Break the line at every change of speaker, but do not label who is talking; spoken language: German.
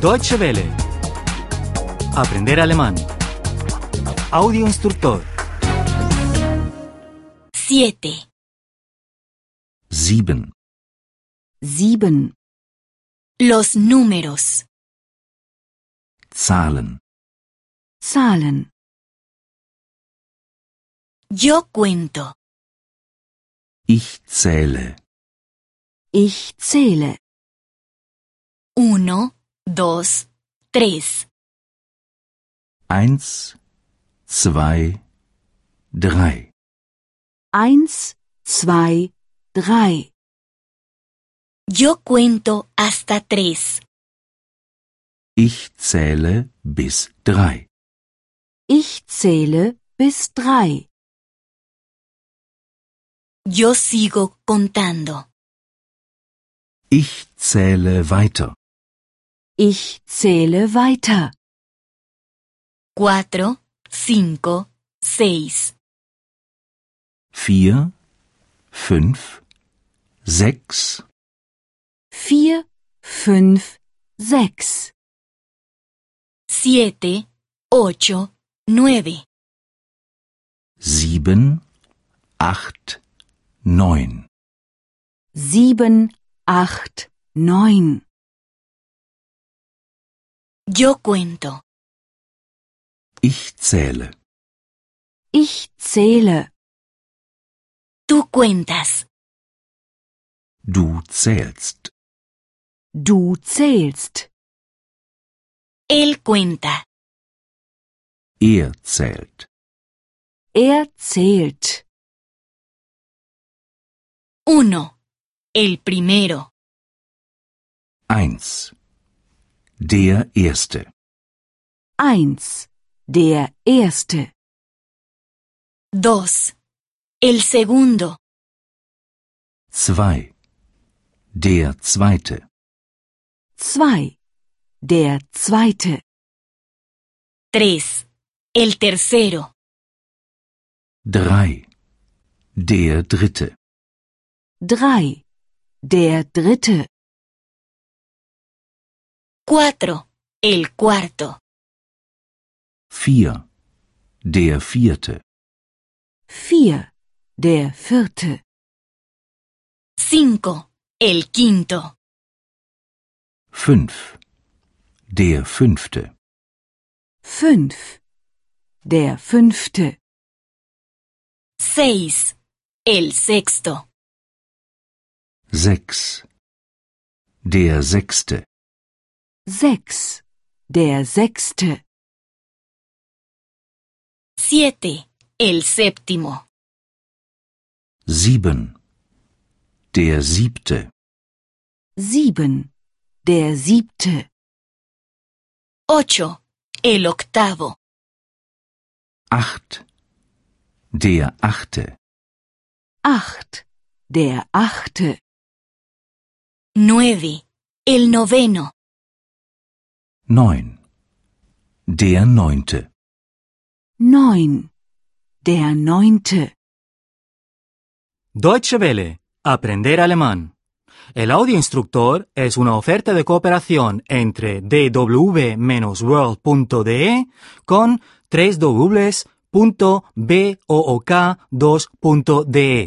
Deutsche Welle. Aprender alemán. Audio instructor.
7.
7.
7.
Los números.
Zahlen.
Zahlen.
Yo cuento.
Ich zähle.
Ich zähle.
1, 2, 3.
1, 2, 3.
Eins, zwei, drei.
Yo cuento hasta 3.
Ich zähle bis 3.
Ich zähle bis drei.
Yo sigo contando.
Ich zähle weiter.
Ich zähle weiter.
4, 5, 6.
4, 5, 6,
Vier, fünf, sechs.
7, 8, 9.
7, 8, 9.
Sieben, acht, neun.
Yo cuento.
Ich zähle.
Ich zähle.
Tú cuentas.
Du zählst.
Du zählst.
Él cuenta.
Er zählt.
Er zählt.
1. El primero.
1. Der Erste.
Eins. Der erste.
2. El segundo.
2. Der Zweite.
Zwei. Der zweite.
3. El tercero.
3. Der dritte.
Drei. Der dritte.
4. El cuarto.
4. Der vierte.
Vier. Der vierte.
5. El quinto.
5. Der fünfte.
Fünf. Der fünfte.
6. El sexto.
6. Der sechste.
Sechs. Der sechste.
7. El séptimo.
7. Der siebte.
Sieben. Der siebte.
8. El octavo.
8. Der achte.
Acht. Der achte.
9. El noveno.
9. Der neunte.
Neun. Der neunte.
Deutsche Welle. Aprender alemán. El audio instructor es una oferta de cooperación entre dw-world.de con 3 2de